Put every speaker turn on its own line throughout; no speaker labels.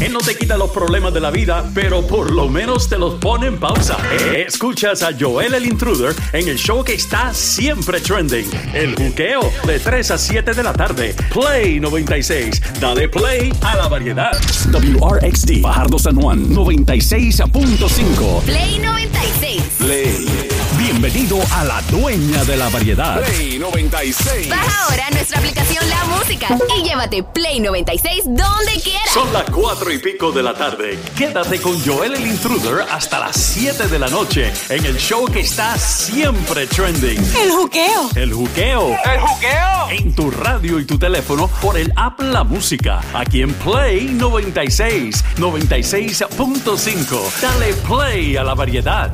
Él no te quita los problemas de la vida, pero por lo menos te los pone en pausa. Escuchas a Joel el Intruder en el show que está siempre trending. El juqueo de 3 a 7 de la tarde. Play 96. Dale play a la variedad. WRXD Bajardo San Juan 96.5.
Play 96.
Play. Bienvenido a la dueña de la variedad.
Play 96.
Baja ahora nuestra aplicación La Música y llévate Play 96 donde quieras.
Son las 4 y pico de la tarde. Quédate con Joel el Intruder hasta las 7 de la noche en el show que está siempre trending.
El juqueo.
El juqueo.
¡El juqueo!
En tu radio y tu teléfono por el app La Música. Aquí en Play 96, 96.5. Dale play a la variedad.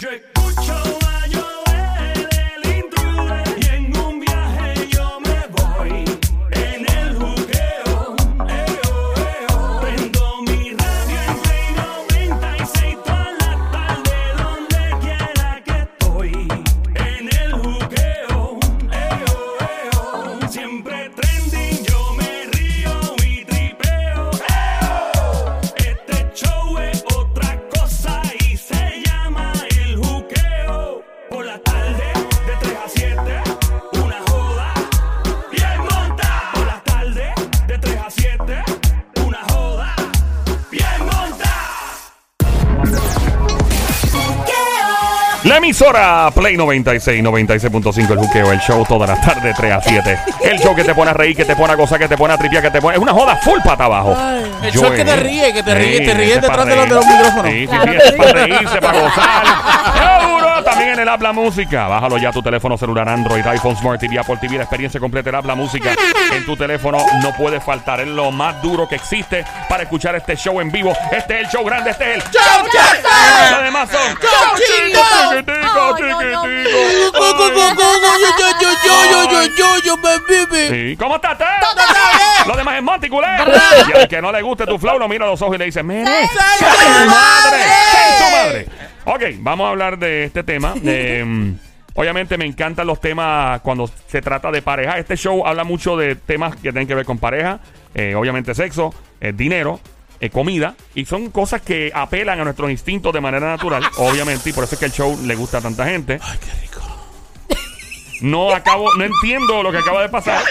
Yo escucho a Joel el intruder y en un viaje yo me voy. En el juqueo, eo, eo. Prendo mi radio en Play 96 toda la tarde donde quiera que estoy. En el juqueo, eo, eo. Siempre trending yo me río y tripeo. eo. Este show es otra cosa y se llama el juqueo. Por la tarde de 3 a 7, una joda bien monta. Por la tarde de 3 a 7, una joda bien monta.
La emisora Play 96, 96.5, el juqueo, el show todas las tardes, 3 a 7. El show que te pone a reír, que te pone a gozar, que te pone a tripear, que te pone. Es una joda full pata abajo.
El
Yo,
show que te
eh,
ríe, que te ríe,
sí,
te ríe
ese es
detrás
para
de los, de los
reír.
micrófonos.
Sí, sí, sí, es para reírse, para gozar. ¡Seguro! También en el Habla Música. Bájalo ya a tu teléfono celular, Android, iPhone, Smart TV, Apple TV, la experiencia completa del Habla Música. En tu teléfono no puede faltar. Es lo más duro que existe para escuchar este show en vivo. Este es el show grande, este es el show. Además son chiquitico, chiquitico. Sí. ¿Cómo estás, Teo? Lo demás es monticulero. Y al que no le guste tu flow, lo mira a los ojos y le dice, mire, ¡Sale tu madre! ¡Sale tu madre! Ok, vamos a hablar de este tema. de, mm, obviamente me encantan los temas cuando se trata de pareja. Este show habla mucho de temas que tienen que ver con pareja, eh, obviamente sexo, eh, dinero. eh, comida y son cosas que apelan a nuestros instintos de manera natural, obviamente, y por eso es que el show le gusta a tanta gente. No acabo, no entiendo lo que acaba de pasar.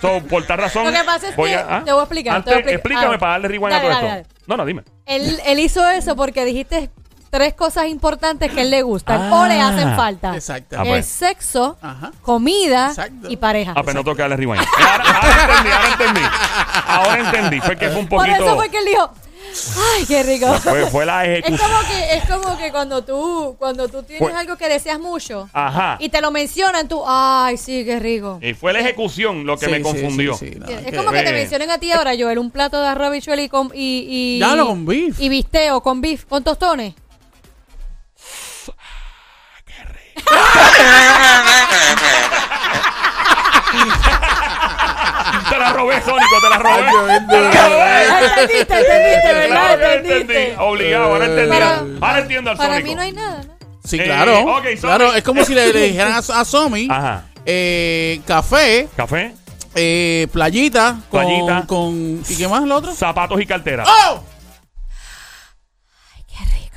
So, por tal razón.
Lo que pasa es que-
ah,
te voy a explicar,
antes,
te voy a expli-
explícame
ah,
para darle rewind a
dale,
todo
dale,
esto. No, no, dime.
Él, él hizo eso porque dijiste tres cosas importantes que él le gustan o le hacen falta.
Exacto.
Ah,
El
pues.
sexo,
Ajá.
comida
Exacto.
y pareja.
Ah, pero no tengo que darle rewind. Ahora, ahora entendí, ahora entendí. Ahora entendí. Fue que fue un
Por
poquito.
eso fue que él dijo, ay, qué rico.
fue, fue la
Es
ejecución.
como que, es como que cuando tú, cuando tú tienes
Fue-
algo que deseas mucho
Ajá.
y te lo mencionan, tú, ay, sí, qué rico.
Y fue la ejecución lo que me confundió.
es como que te
Eh.
mencionen a ti ahora, Joel, un plato de arroz bichuel y, con- y, y-
Ya lo con beef.
Y bisteo, con beef, con tostones.
Te la robé, Sónico, te la robé.
Obviamente.
Ah, Entendiste, entendiste,
Claro que
¿verdad?
entendí.
Entendiste.
Obligado, ahora entendí.
Para-
Ahora entiendo al
Para
Sónico.
mí no hay nada, ¿no?
Sí,
Eh,
claro.
ok, Somi.
claro, es como si le, le dijeran a, a Somi
Ajá.
eh, café,
Café,
eh, playita, con,
Playita.
con- ¿Y qué más el otro?
zapatos y cartera.
Ah.
¡Oh!
Qué rico.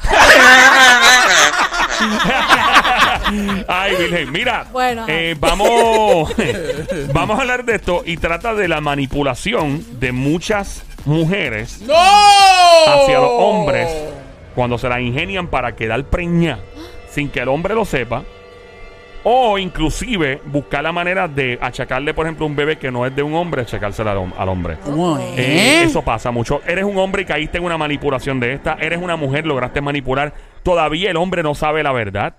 Ay, Virgen, mira,
Bueno, ajá.
eh, vamos, vamos a hablar de esto y trata de la manipulación de muchas mujeres
¡No!
hacia los
Oh.
hombres cuando se la ingenian para quedar preñada sin que el hombre lo sepa o inclusive buscar la manera de achacarle, por ejemplo, un bebé que no es de un hombre, achacárselo al, hom- al hombre.
¿Cómo
Eh,
es?
eso pasa mucho. Eres un hombre y caíste en una manipulación de esta. Eres una mujer, lograste manipular. Todavía el hombre no sabe la verdad.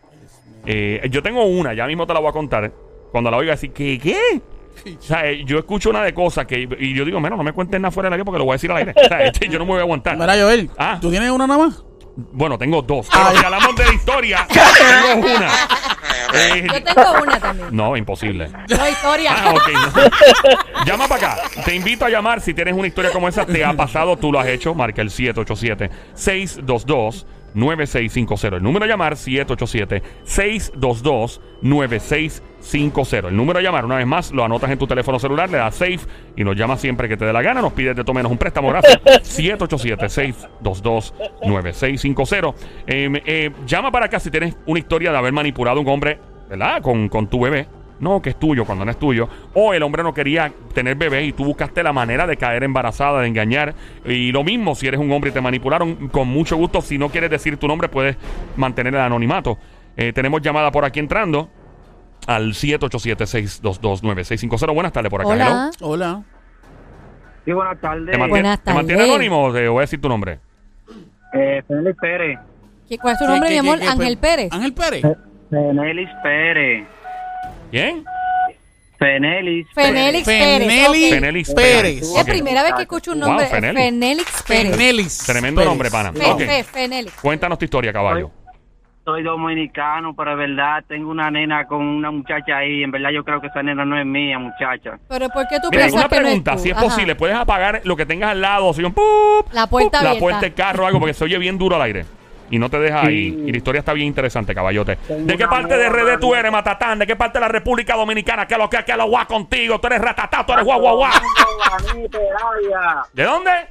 Eh, yo tengo una, ya mismo te la voy a contar. Cuando la oiga decir, ¿qué? ¿Qué? O sea, eh, yo escucho una de cosas que y yo digo, menos no me cuenten nada fuera del aire porque lo voy a decir al aire. O sea, este, yo no me voy a aguantar.
Mira, Joel,
Ah.
¿tú tienes una nada más?
Bueno, tengo dos. Pero si hablamos de la historia, tengo una. Eh,
Yo tengo una también.
no, imposible.
No, historia.
Ah, ok. no. Llama para acá. Te invito a llamar si tienes una historia como esa. Te ha pasado, tú lo has hecho. Marca el 787-622. 9650. El número a llamar 787-622-9650. El número a llamar, una vez más, lo anotas en tu teléfono celular, le das safe y nos llamas siempre que te dé la gana. Nos pides de tomarnos un préstamo, gracias. 787-622-9650. Eh, eh, llama para acá si tienes una historia de haber manipulado a un hombre, ¿verdad? Con, con tu bebé. No, que es tuyo cuando no es tuyo. O el hombre no quería tener bebé y tú buscaste la manera de caer embarazada, de engañar. Y lo mismo, si eres un hombre y te manipularon, con mucho gusto, si no quieres decir tu nombre, puedes mantener el anonimato. Eh, tenemos llamada por aquí entrando al 787-622-9650. Buenas tardes por acá.
Hola.
Hola.
Sí, buenas tardes.
¿Te, mantien-
Buenas
¿Te mantiene
tardes.
anónimo o te voy a decir tu nombre?
Eh, Félix Pérez.
¿Qué- ¿Cuál es tu nombre,
¿Qué-
mi
qué-
amor?
pues.
qué- pues?
Ángel Pérez.
Ah,
Ángel Pérez.
Fenelis Pérez.
¿Quién?
Fenelis.
Fenélix Pérez.
Fenélix.
ok.
Fenelis
Pérez.
Pérez.
Es
Ok.
primera vez que escucho un
Wow,
nombre.
Fenélix.
Fenélix Pérez.
Fenelis.
Tremendo
Pérez.
nombre, pana.
Fe-
Ok.
Fe- Fenélix.
Cuéntanos tu historia, caballo.
Soy dominicano, pero de verdad tengo una nena con una muchacha ahí. En verdad yo creo que esa nena no es mía, muchacha.
Pero ¿por qué tú
Mira,
piensas
una
que no es
pregunta,
tú?
si es
Ajá.
posible, ¿puedes apagar lo que tengas al lado? Si un ¡pup!
La puerta
¡pup! La
abierta.
puerta del carro o algo, porque se oye bien duro al aire. Y no te deja ahí. Y la historia está bien interesante, caballote. ¿De qué
una
parte de
amiga,
RD tú
mami.
eres, Matatán? ¿De qué parte de la República Dominicana? ¿Qué es lo que, qué es lo guá contigo? Tú eres ratatá, tú eres guau, guau, guau.
De Peravia.
¿De dónde? Ah,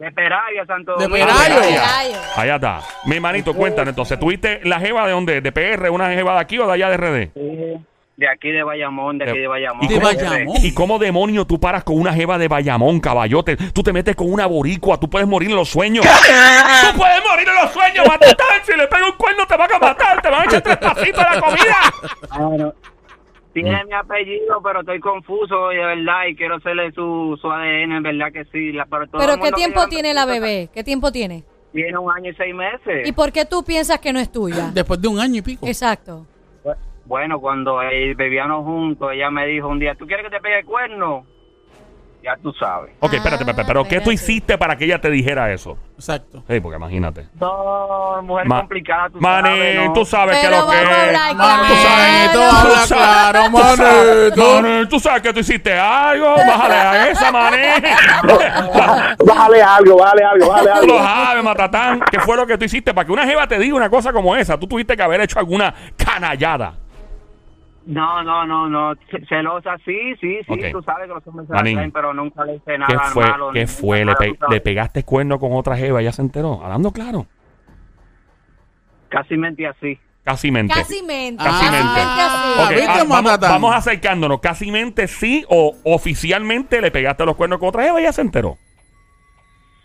De Peravia, Santo
De
Domingo.
Perayo.
Pelayo.
Allá está. Mi hermanito, cuéntanos entonces. ¿Tuviste la jeva de dónde? ¿De PR? ¿Una jeva de aquí o de allá de RD?
Sí, De aquí de Bayamón, de aquí de Bayamón.
De Bayamón.
¿Y cómo demonio tú paras con una jeva de Bayamón, caballote? Tú te metes con una boricua, tú puedes morir en los sueños. ¡Tú puedes morir en los sueños, matatán! Si le pego un cuerno te van a matar, te van a echar tres pasitos a la comida.
Claro. Tiene mi apellido, pero estoy confuso, de verdad, y quiero hacerle su, su ADN, en verdad que sí. La, pero todo el
Pero ¿qué
mundo
tiempo
me-
tiene la bebé? ¿Qué tiempo tiene?
Tiene un año y seis meses.
¿Y por qué tú piensas que no es tuya?
Después Eh. de un año y pico.
Exacto.
Bueno, cuando eh, bebíamos juntos, ella me dijo un día, ¿tú quieres que te pegue el cuerno? Ya tú sabes.
Ok, espérate,
Ah,
espérate, pero ¿qué tú
espérate.
hiciste para que ella te dijera eso?
Exacto.
Sí, porque imagínate.
No, mujer
Ma-
complicada, tú
Maní,
sabes, ¿no?
tú sabes que
Pero
lo que
vamos a hablar
es.
claro.
Tú sabes,
Manito,
tú
habla
sabes,
claro,
tú sabes,
manito.
Maní, tú sabes que tú hiciste algo. Bájale a esa, mané.
Bájale algo, bájale algo, bájale
Tú lo
algo.
sabes, Matatán. ¿Qué fue lo que tú hiciste? Para que una jeva te diga una cosa como esa, tú tuviste que haber hecho alguna canallada.
No, no, no, no. Ce- Celosa, sí, sí, sí.
Ok.
Tú sabes que los hombres se la
Manín,
traen, pero nunca le hice
¿Qué
nada
fue?
malo.
¿Qué
ni
fue? Le,
nada,
pe-
tú sabes.
le pegaste cuerno con otra jeva, ella se enteró. Hablando claro.
Casi mentí así.
Casi mente.
Casi mente.
Casi
Casi
mente.
mente así.
Ok,
¿viste,
ah, vamos,
Matatán?
vamos acercándonos. Casi mente sí o oficialmente le pegaste los cuernos con otra jeva y ella se enteró.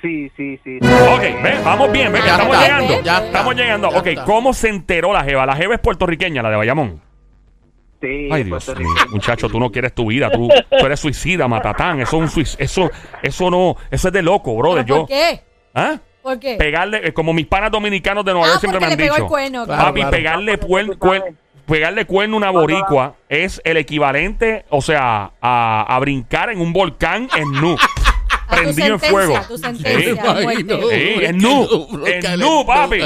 Sí, sí, sí.
Ok, ve, vamos bien, ve, que
Ya
estamos
está,
llegando.
ya está,
estamos llegando.
ya
ok,
está.
¿cómo se enteró la jeva? La jeva es puertorriqueña, la de Bayamón.
Sí,
Ay,
Puerto
Dios mío,
Rico.
muchacho, tú no quieres tu vida, tú, tú eres suicida, matatán, eso es un suic- eso, eso no, eso es de loco, brother,
¿Pero
yo,
¿Por qué?
¿ah?
¿Por qué?
Pegarle, eh, como mis panas dominicanos de Nueva
Ah,
York siempre me
porque
han
le pegó
dicho,
el cuerno,
Claro,
papi,
claro.
pegarle cuerno, pegarle cuerno a una
Cuando la-
boricua es el equivalente, o sea, a, a brincar en un volcán en nu,
A tu
prendido en
sentencia,
fuego.
a tu
Sí.
sentencia. muerte.
Imagino.
Sí, en nu, en nu, papi.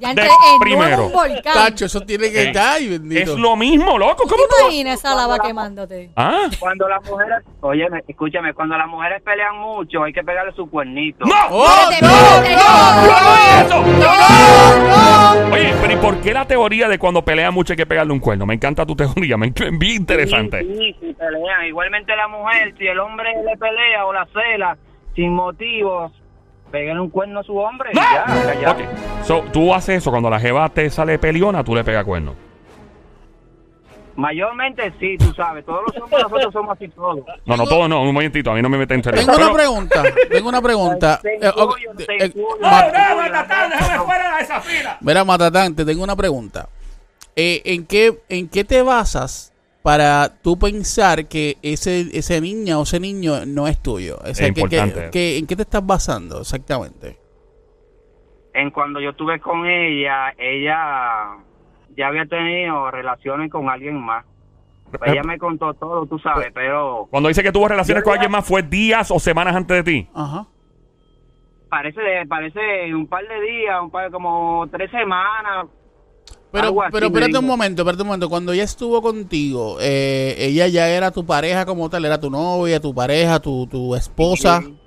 Ya
De
entré en
primero.
un volcán.
Tacho, eso tiene que estar. Ay,
Es
bendito.
lo mismo, loco, ¿cómo
¿Te
tú?
imaginas esa lava quemándote?
¿Ah?
Cuando las mujeres, oye, escúchame, cuando las mujeres pelean mucho, hay que pegarle su cuernito.
¡No!
¡Oh,
Espérate,
no,
espérate,
no!
¡Yo no hice eso! Oye, pero ¿y por qué la teoría de cuando pelea mucho hay que pegarle un cuerno? Me encanta tu teoría, me enc- bien interesante.
Sí, sí, sí, pelean. Igualmente la mujer, si el hombre le pelea o la cela sin motivos, peguen un cuerno a su hombre. y ya, ya.
Ok, so, tú haces eso, cuando la jeva te sale peliona, tú le pegas cuerno.
Mayormente sí, tú sabes. Todos los hombres nosotros somos así todos.
No, no, todo no, un momentito, a mí no me meten en serio.
Tengo una
Pero-
pregunta. Tengo una pregunta.
Te
Eh, ok,
incluyo,
eh,
te incluyo.
Ma-
No, no, Matatán, déjame
fuera de esa fila!
Mira, Matatán, te tengo una pregunta. Eh, ¿en, qué, ¿En qué te basas para tú pensar que ese, ese niña o ese niño no es tuyo? O sea,
Es
que- que-
importante.
que- ¿En qué te estás basando exactamente?
En cuando yo estuve con ella, ella ya había tenido relaciones con alguien más. Pues Ella me contó todo, tú sabes, pero
Cuando dice que tuvo relaciones con alguien más, ¿fue días o semanas antes de ti?
Ajá.
parece parece un par de días, un par de como tres semanas.
Pero,
Algo así
pero
me
espérate un
dijo.
momento, espérate un momento. Cuando ella estuvo contigo, eh, ella ya era tu pareja como tal, era tu novia, tu pareja, tu, tu esposa.
Sí.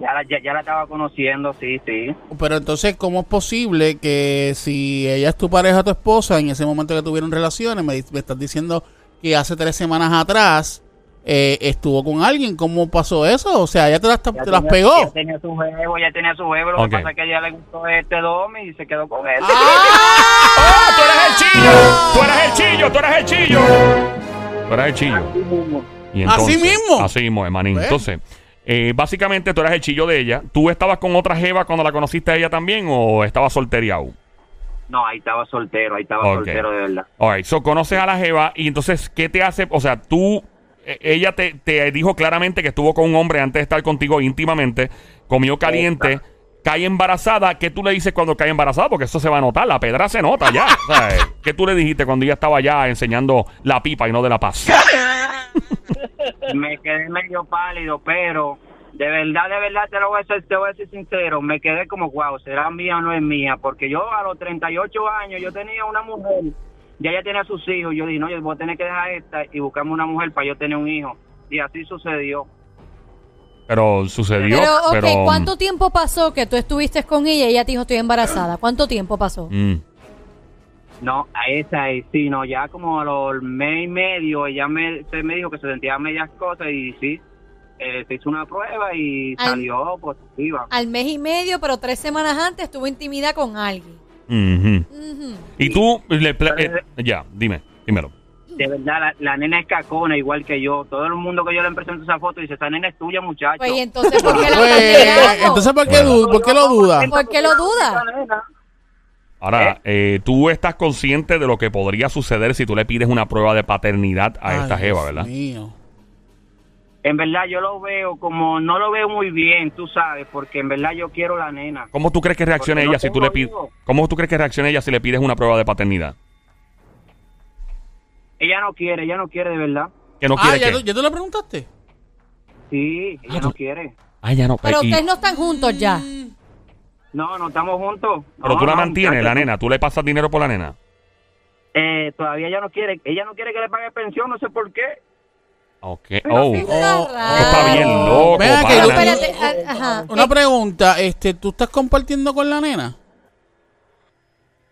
Ya la, ya, ya la estaba conociendo, sí, sí.
Pero entonces, ¿cómo es posible que si ella es tu pareja, tu esposa, en ese momento que tuvieron relaciones, me, di- me estás diciendo que hace tres semanas atrás eh, estuvo con alguien? ¿Cómo pasó eso? O sea, ella te las, te
Ya
las
tenía-
pegó.
Ya tenía su huevo, ya tenía su huevo. Lo
Ok.
que pasa es que ya le gustó este domi y se quedó con él.
Ah.
¡Oh, tú eres el chillo! ¡Tú eres el chillo! ¡Tú eres el chillo! Tú eres el chillo. Y
¿Así mismo?
Así mismo, hermanín.
Ve.
Entonces, eh, básicamente tú eras el chillo de ella. ¿Tú estabas con otra jeva cuando la conociste a ella también o estabas solteriado?
No, ahí estaba soltero, ahí estaba
Ok.
soltero de verdad.
Alright, so conoces a la jeva y entonces, ¿qué te hace? O sea, tú, eh, ella te, te dijo claramente que estuvo con un hombre antes de estar contigo íntimamente, comió caliente, cae embarazada. ¿Qué tú le dices cuando cae embarazada? Porque eso se va a notar, la pedra se nota ya. O sea, eh, ¿Qué tú le dijiste cuando ella estaba ya enseñando la pipa y no de la paz?
Me quedé medio pálido, pero de verdad, de verdad, te lo voy a decir, te voy a decir sincero. Me quedé como, wow, ¿será mía o no es mía? Porque yo a los 38 años, yo tenía una mujer, ya ella tenía sus hijos. Yo dije, no, yo voy a tener que dejar esta y buscarme una mujer para yo tener un hijo. Y así sucedió.
Pero sucedió.
Pero, ok,
pero, um,
¿cuánto tiempo pasó que tú estuviste con ella y ella te dijo estoy embarazada? ¿Cuánto tiempo pasó?
mm,
No, a esa es, sí, no, ya como a los mes y medio, ella me, se me dijo que se sentía medias cosas y sí, eh, se hizo una prueba y
Ay.
salió positiva.
Al mes y medio, pero tres semanas antes tuvo intimidad con alguien.
mhm.
Ujú.
Y tú, le pla- eh, ya, dime, dímelo.
De verdad, la, la nena es cacona, igual que yo. Todo el mundo que yo le presento esa foto dice, esa nena es tuya, muchacho.
Pues ¿y entonces, ¿por qué la
Pues,
estás negando?
entonces, ¿por qué,
Bueno.
du- ¿por qué lo duda?
¿Por qué lo duda?
Ahora, eh, tú estás consciente de lo que podría suceder si tú le pides una prueba de paternidad a esta
Ay,
jeva,
Dios
¿verdad?
mío.
En verdad, yo lo veo como, no lo veo muy bien, tú sabes, porque en verdad yo quiero la nena.
¿Cómo tú crees que reaccione
Porque no
ella si tú le
tengo
pides?
hijos.
¿Cómo tú crees que reaccione ella si le pides una prueba de paternidad?
Ella no quiere, ella no quiere, de verdad.
Que no
Ah,
quiere
¿ya
que.
tú, ya tú le preguntaste?
Sí, ella no quiere.
Ah, ya no.
Pero
eh, y-
ustedes no están juntos ya.
No, no estamos juntos.
pero
No,
tú la
Ah, no,
mantienes, la
muchacho,
nena. Tú le pasas dinero por la nena.
Eh, todavía ella no quiere, ella no quiere que le pague pensión, no sé por qué.
Ok. Oh.
sí.
Eso
Está
Oh,
raro.
está bien loco,
Ven acá,
pana.
Pero
Claro.
espérate, a- ajá.
Una
¿Qué-
pregunta, este, ¿tú estás compartiendo con la nena?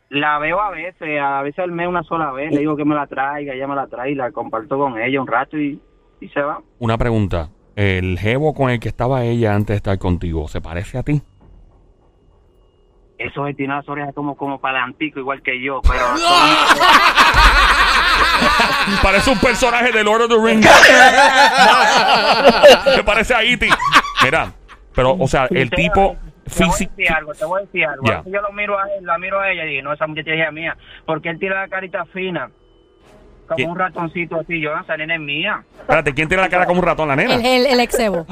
La veo a veces, a veces al mes una sola vez, le digo que me la traiga, ella me la trae y la comparto con ella un rato y, y se va.
Una pregunta. El jevo con el que estaba ella antes de estar contigo, ¿se parece a ti?
Eso es tiene las orejas como, como palantico, igual que yo, pero
Parece un personaje de Lord of the Rings. Me parece a E.T. Mira, pero, o sea, el tipo
Te voy a
físico.
decir algo, te voy a decir algo.
Ya.
A veces Yo lo miro a él, la miro a ella y digo, no, esa muchacha es hija mía, porque él tiene la carita fina, como
¿Qué?
un ratoncito así, yo, esa nena es mía.
Espérate, ¿quién tiene la cara como un ratón? La nena.
El, el, el exebo.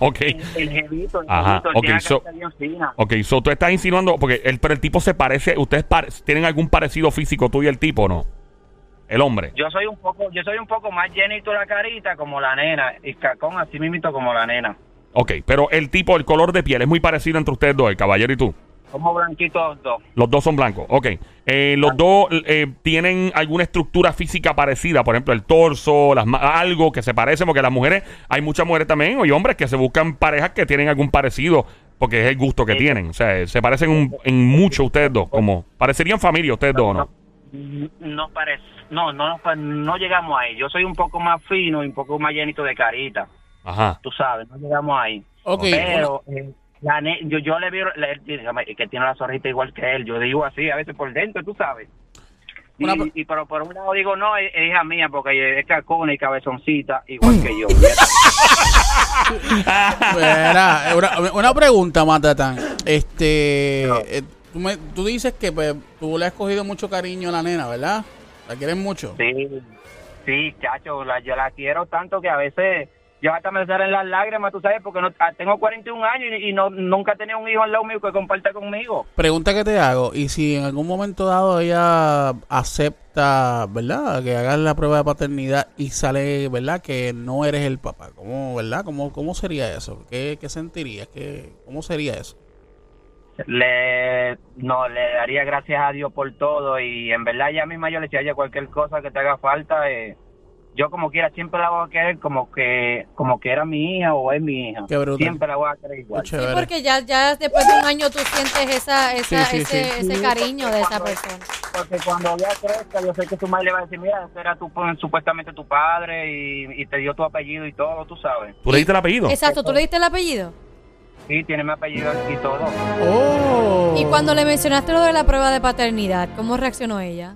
Ok.
El, el jevito, el
Ajá,
jevito, él
ok,
tiene la
so-
carita bien fina.
Ok, so tú estás insinuando, porque el, pero el tipo se parece, ¿ustedes pare- tienen algún parecido físico tú y el tipo o no? El hombre.
Yo soy un poco, yo soy un poco más llenito la carita como la nena, y cacón así mismito como la nena.
Ok, pero el tipo, el color de piel es muy parecido entre ustedes dos, el caballero y tú.
Como blanquitos los dos.
Los dos son blancos, ok. Eh,
Ah.
los dos eh, tienen alguna estructura física parecida, por ejemplo, el torso, las ma- algo que se parece, porque las mujeres, hay muchas mujeres también, y hombres que se buscan parejas que tienen algún parecido, porque es el gusto que tienen. O sea, se parecen un- en mucho ustedes dos, como parecerían familia ustedes dos, ¿o ¿no?
No parece, no, no, nos pa- no llegamos ahí. Yo soy un poco más fino y un poco más llenito de carita,
Ajá.
tú sabes, no llegamos ahí.
Ok.
Pero eh, la ne- yo, yo le veo la- él tiene- que tiene la zorrita igual que él, yo digo así a veces por dentro, tú sabes. Y,
Una pro-
y pero por un lado digo, no, es, es hija mía porque es cacona y cabezoncita igual que yo.
Mm. Espera, una, una pregunta, Matatán. Este, eh, tú, me- tú dices que pues, tú le has cogido mucho cariño a la nena, ¿verdad? La quieres mucho.
Sí, sí, chacho, la, yo la quiero tanto que a veces yo hasta me salen las lágrimas, tú sabes, porque no, ah, tengo 41 años y, y no, nunca he tenido un hijo al lado mío que comparta conmigo.
Pregunta que te hago, y si en algún momento dado ella acepta, ¿verdad? Que hagas la prueba de paternidad y sale, ¿verdad? Que no eres el papá. ¿Cómo, verdad? ¿Cómo, cómo sería eso? ¿Qué, qué sentirías? ¿Qué, ¿Cómo sería eso?
Le, no, le daría gracias a Dios por todo y en verdad ya misma yo le decía, oye, cualquier cosa que te haga falta, eh, yo como quiera siempre la voy a querer como que como que era mi hija o es mi hija.
Qué brutal.
Siempre la voy a querer
Qué
igual.
Sí,
chévere.
porque ya, ya después de un año tú sientes esa, esa,
Sí, sí,
ese,
sí.
ese cariño de esa persona.
Porque cuando ella crezca, yo sé que tu madre le va a decir, mira, ese era tu, pues, supuestamente tu padre y, y te dio tu apellido y todo, tú sabes.
¿Tú le diste el apellido?
Exacto, tú le diste el apellido.
Sí, tiene mi apellido y todo.
Oh.
Y cuando le mencionaste lo de la prueba de paternidad, ¿cómo reaccionó ella?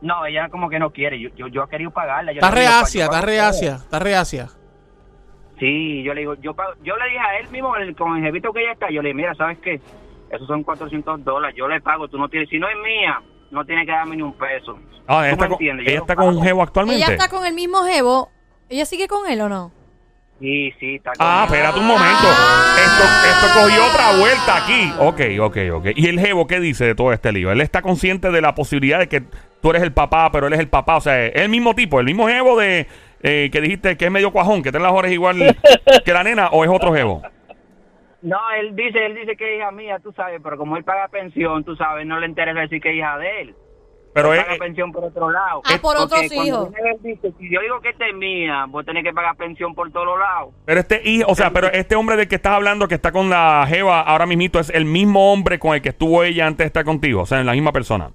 No, ella como que no quiere. Yo, yo, yo he querido pagarla. Yo
Está
le digo,
reacia,
"Pa- yo
está
pago
reacia, está reacia.
todo". Sí, yo le digo, yo, pago- yo le dije a él mismo, el- con el jevito que ella está, yo le dije, mira, ¿sabes qué? Esos son 400 dólares, yo le pago, tú no tienes, si no es mía, no tienes que darme ni un peso.
Ah,
¿Tú
ella está
me
con,
entiendes?
ella
Yo
está
lo
con un
pago.
jevo actualmente.
Ella está con el mismo jevo. ¿Ella sigue con él o no?
Sí, sí, está con
Ah,
él.
espérate un momento.
Ah.
Esto, esto cogió otra vuelta aquí. Ok, ok, ok. ¿Y el jevo qué dice de todo este lío? Él está consciente de la posibilidad de que tú eres el papá, pero él es el papá. O sea, es el mismo tipo, el mismo jevo de eh, que dijiste que es medio cuajón, que tiene las horas igual que la nena, o es otro jevo.
No, él dice, él dice que es hija mía, tú sabes, pero como él paga pensión, tú sabes, no le interesa decir que es hija de él.
Pero
él
es,
paga pensión por otro lado.
Ah, por
Porque
otros
cuando
hijos.
viene él dice, si yo digo que esta es mía, vos tenés que pagar pensión por todos lados.
pero este hijo, o sea, pero este hombre del que estás hablando que está con la jeva ahora mismito es el mismo hombre con el que estuvo ella antes de estar contigo, o sea, es la misma persona.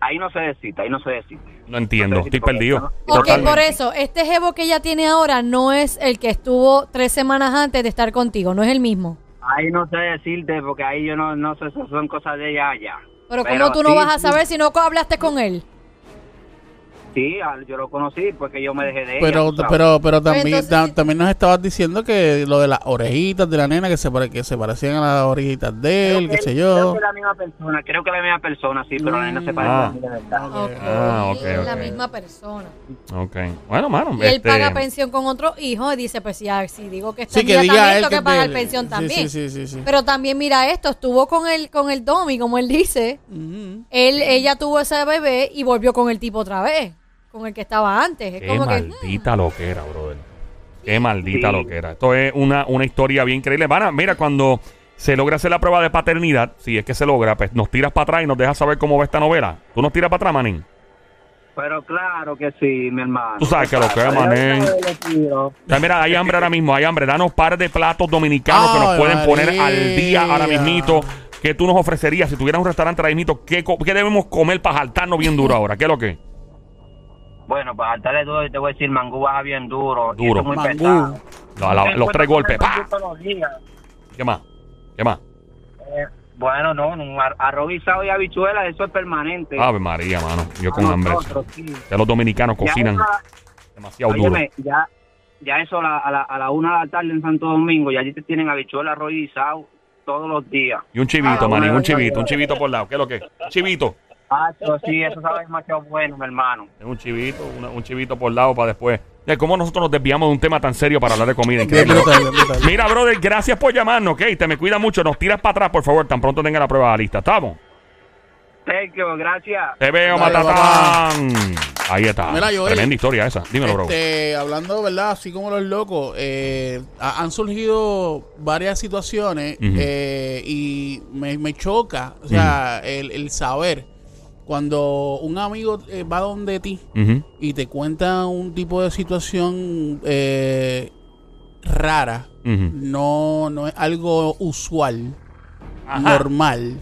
Ahí no se decita, ahí no se decita.
No entiendo,
No sé si
estoy perdido.
correcto,
Ok,
Totalmente.
por eso, este jevo que ella tiene ahora no es el que estuvo tres semanas antes de estar contigo, no es el mismo.
Ahí no sé decirte, porque ahí yo no, no sé, eso son cosas de ella allá.
Pero, ¿cómo tú no
sí,
vas a
sí,
saber si no co- hablaste con él?
Sí, al- yo lo conocí porque yo me dejé de ella.
Pero,
tú sabes.
pero, pero también,
Entonces-
da- también nos estabas diciendo que lo de las orejitas de la nena que se, pare- que se parecían a las orejitas de él,
Creo que
qué sé
él- Creo
yo.
que la misma persona, creo que la misma persona, sí, pero la nena se parece
Ah.
a mí de verdad.
Ok.
Ah, ok,
La
ok.
misma persona.
Ok. Bueno, mano.
Y él
este-
paga pensión con otro hijo y dice, pues ya, si digo que está
Sí, que
mía,
diga él
también tengo
que,
que
es
pagar
de él.
pensión
Sí,
también.
Sí, sí, sí. sí.
Pero también mira esto, estuvo con el, con el Domi, como él dice,
Ujú.
él, ella tuvo ese bebé y volvió con el tipo otra vez, con el que estaba antes. Es
Qué
como que,
maldita loquera, brother. Qué maldita
Sí.
loquera. Esto es una, una historia bien increíble. Van mira, cuando se logra hacer la prueba de paternidad, si es que se logra, pues nos tiras para atrás y nos dejas saber cómo va esta novela. Tú nos tiras para atrás, Manín.
Pero claro que sí, mi hermano.
Tú sabes que lo que es,
Yo
manín.
lo tiro.
O sea, mira, hay hambre ahora mismo, hay hambre. Danos par de platos dominicanos que nos
Ay,
pueden poner
María.
al día ahora mismito. ¿Qué tú nos ofrecerías si tuvieras un restaurante ahora mismito? ¿Qué, co- qué debemos comer para jaltarnos bien duro ahora? ¿Qué es lo que?
Bueno, pues, para saltarle todo, yo te voy a decir, mangú baja bien duro. y
Duro.
esto es muy
Mangú.
pesado.
La- la- los tres golpes.
Mangú
¡pa!
todos los días.
¿Qué más? ¿Qué más?
Eh, Bueno, no, un ar- arroz guisado y habichuelas, eso es permanente.
Ave María, mano. Yo Ah, con
A
hambre.
nosotros, sí.
Ya los dominicanos
Ya
cocinan
eso a-
demasiado duro.
óyeme, ya, ya eso a la, a, la, a la una de la tarde en Santo Domingo, ya allí te tienen habichuelas, arroz guisado todos los días.
Y un chivito,
Ah,
maní,
bueno,
un
bueno,
chivito,
bueno.
un chivito por lado. ¿Qué es lo que? es? Un chivito.
Ah, eso
Este
sí, eso sabe demasiado bueno, mi hermano.
Es Un chivito, una- un chivito por lado para después. Ya, ¿Cómo nosotros nos desviamos de un tema tan serio para hablar de comida?
Bien
Increíble.
brutal, bien brutal.
Mira, brother, gracias por llamarnos, ¿ok? Te me cuida mucho. Nos tiras para atrás, por favor, tan pronto tenga la prueba lista. ¿Estamos?
Thank you, gracias.
Te veo,
Dale,
Matatán. Ahí está.
Mira, Joel.
Tremenda historia esa. Dímelo, bro.
Este, hablando, ¿verdad? Así como los locos, eh, ha- han surgido varias situaciones
Ujú.
eh, y me, me choca, o sea, el, el saber cuando un amigo eh, va donde ti
Ujú.
y te cuenta un tipo de situación eh, rara,
Ujú.
no, no es algo usual, normal.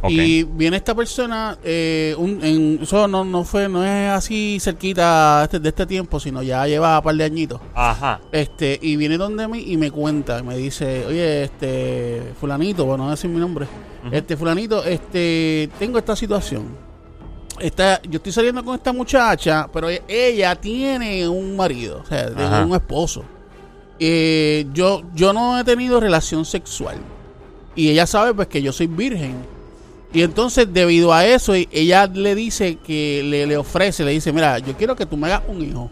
Ok.
Y viene esta persona, eh, un- en- eso no, no fue, no es así cerquita este- de este tiempo, sino ya lleva un par de añitos.
Ajá.
Este, y viene donde mí y me cuenta, y me dice, oye, este, fulanito, bueno, no voy a decir mi nombre. Este, fulanito, este, tengo esta situación. Esta, yo estoy saliendo con esta muchacha, pero e- ella tiene un marido, o sea, tiene
Ajá.
un esposo. Eh, yo, yo no he tenido relación sexual. Y ella sabe pues que yo soy virgen. Y entonces, debido a eso, e- ella le dice que le, le ofrece, le dice, mira, yo quiero que tú me hagas un hijo.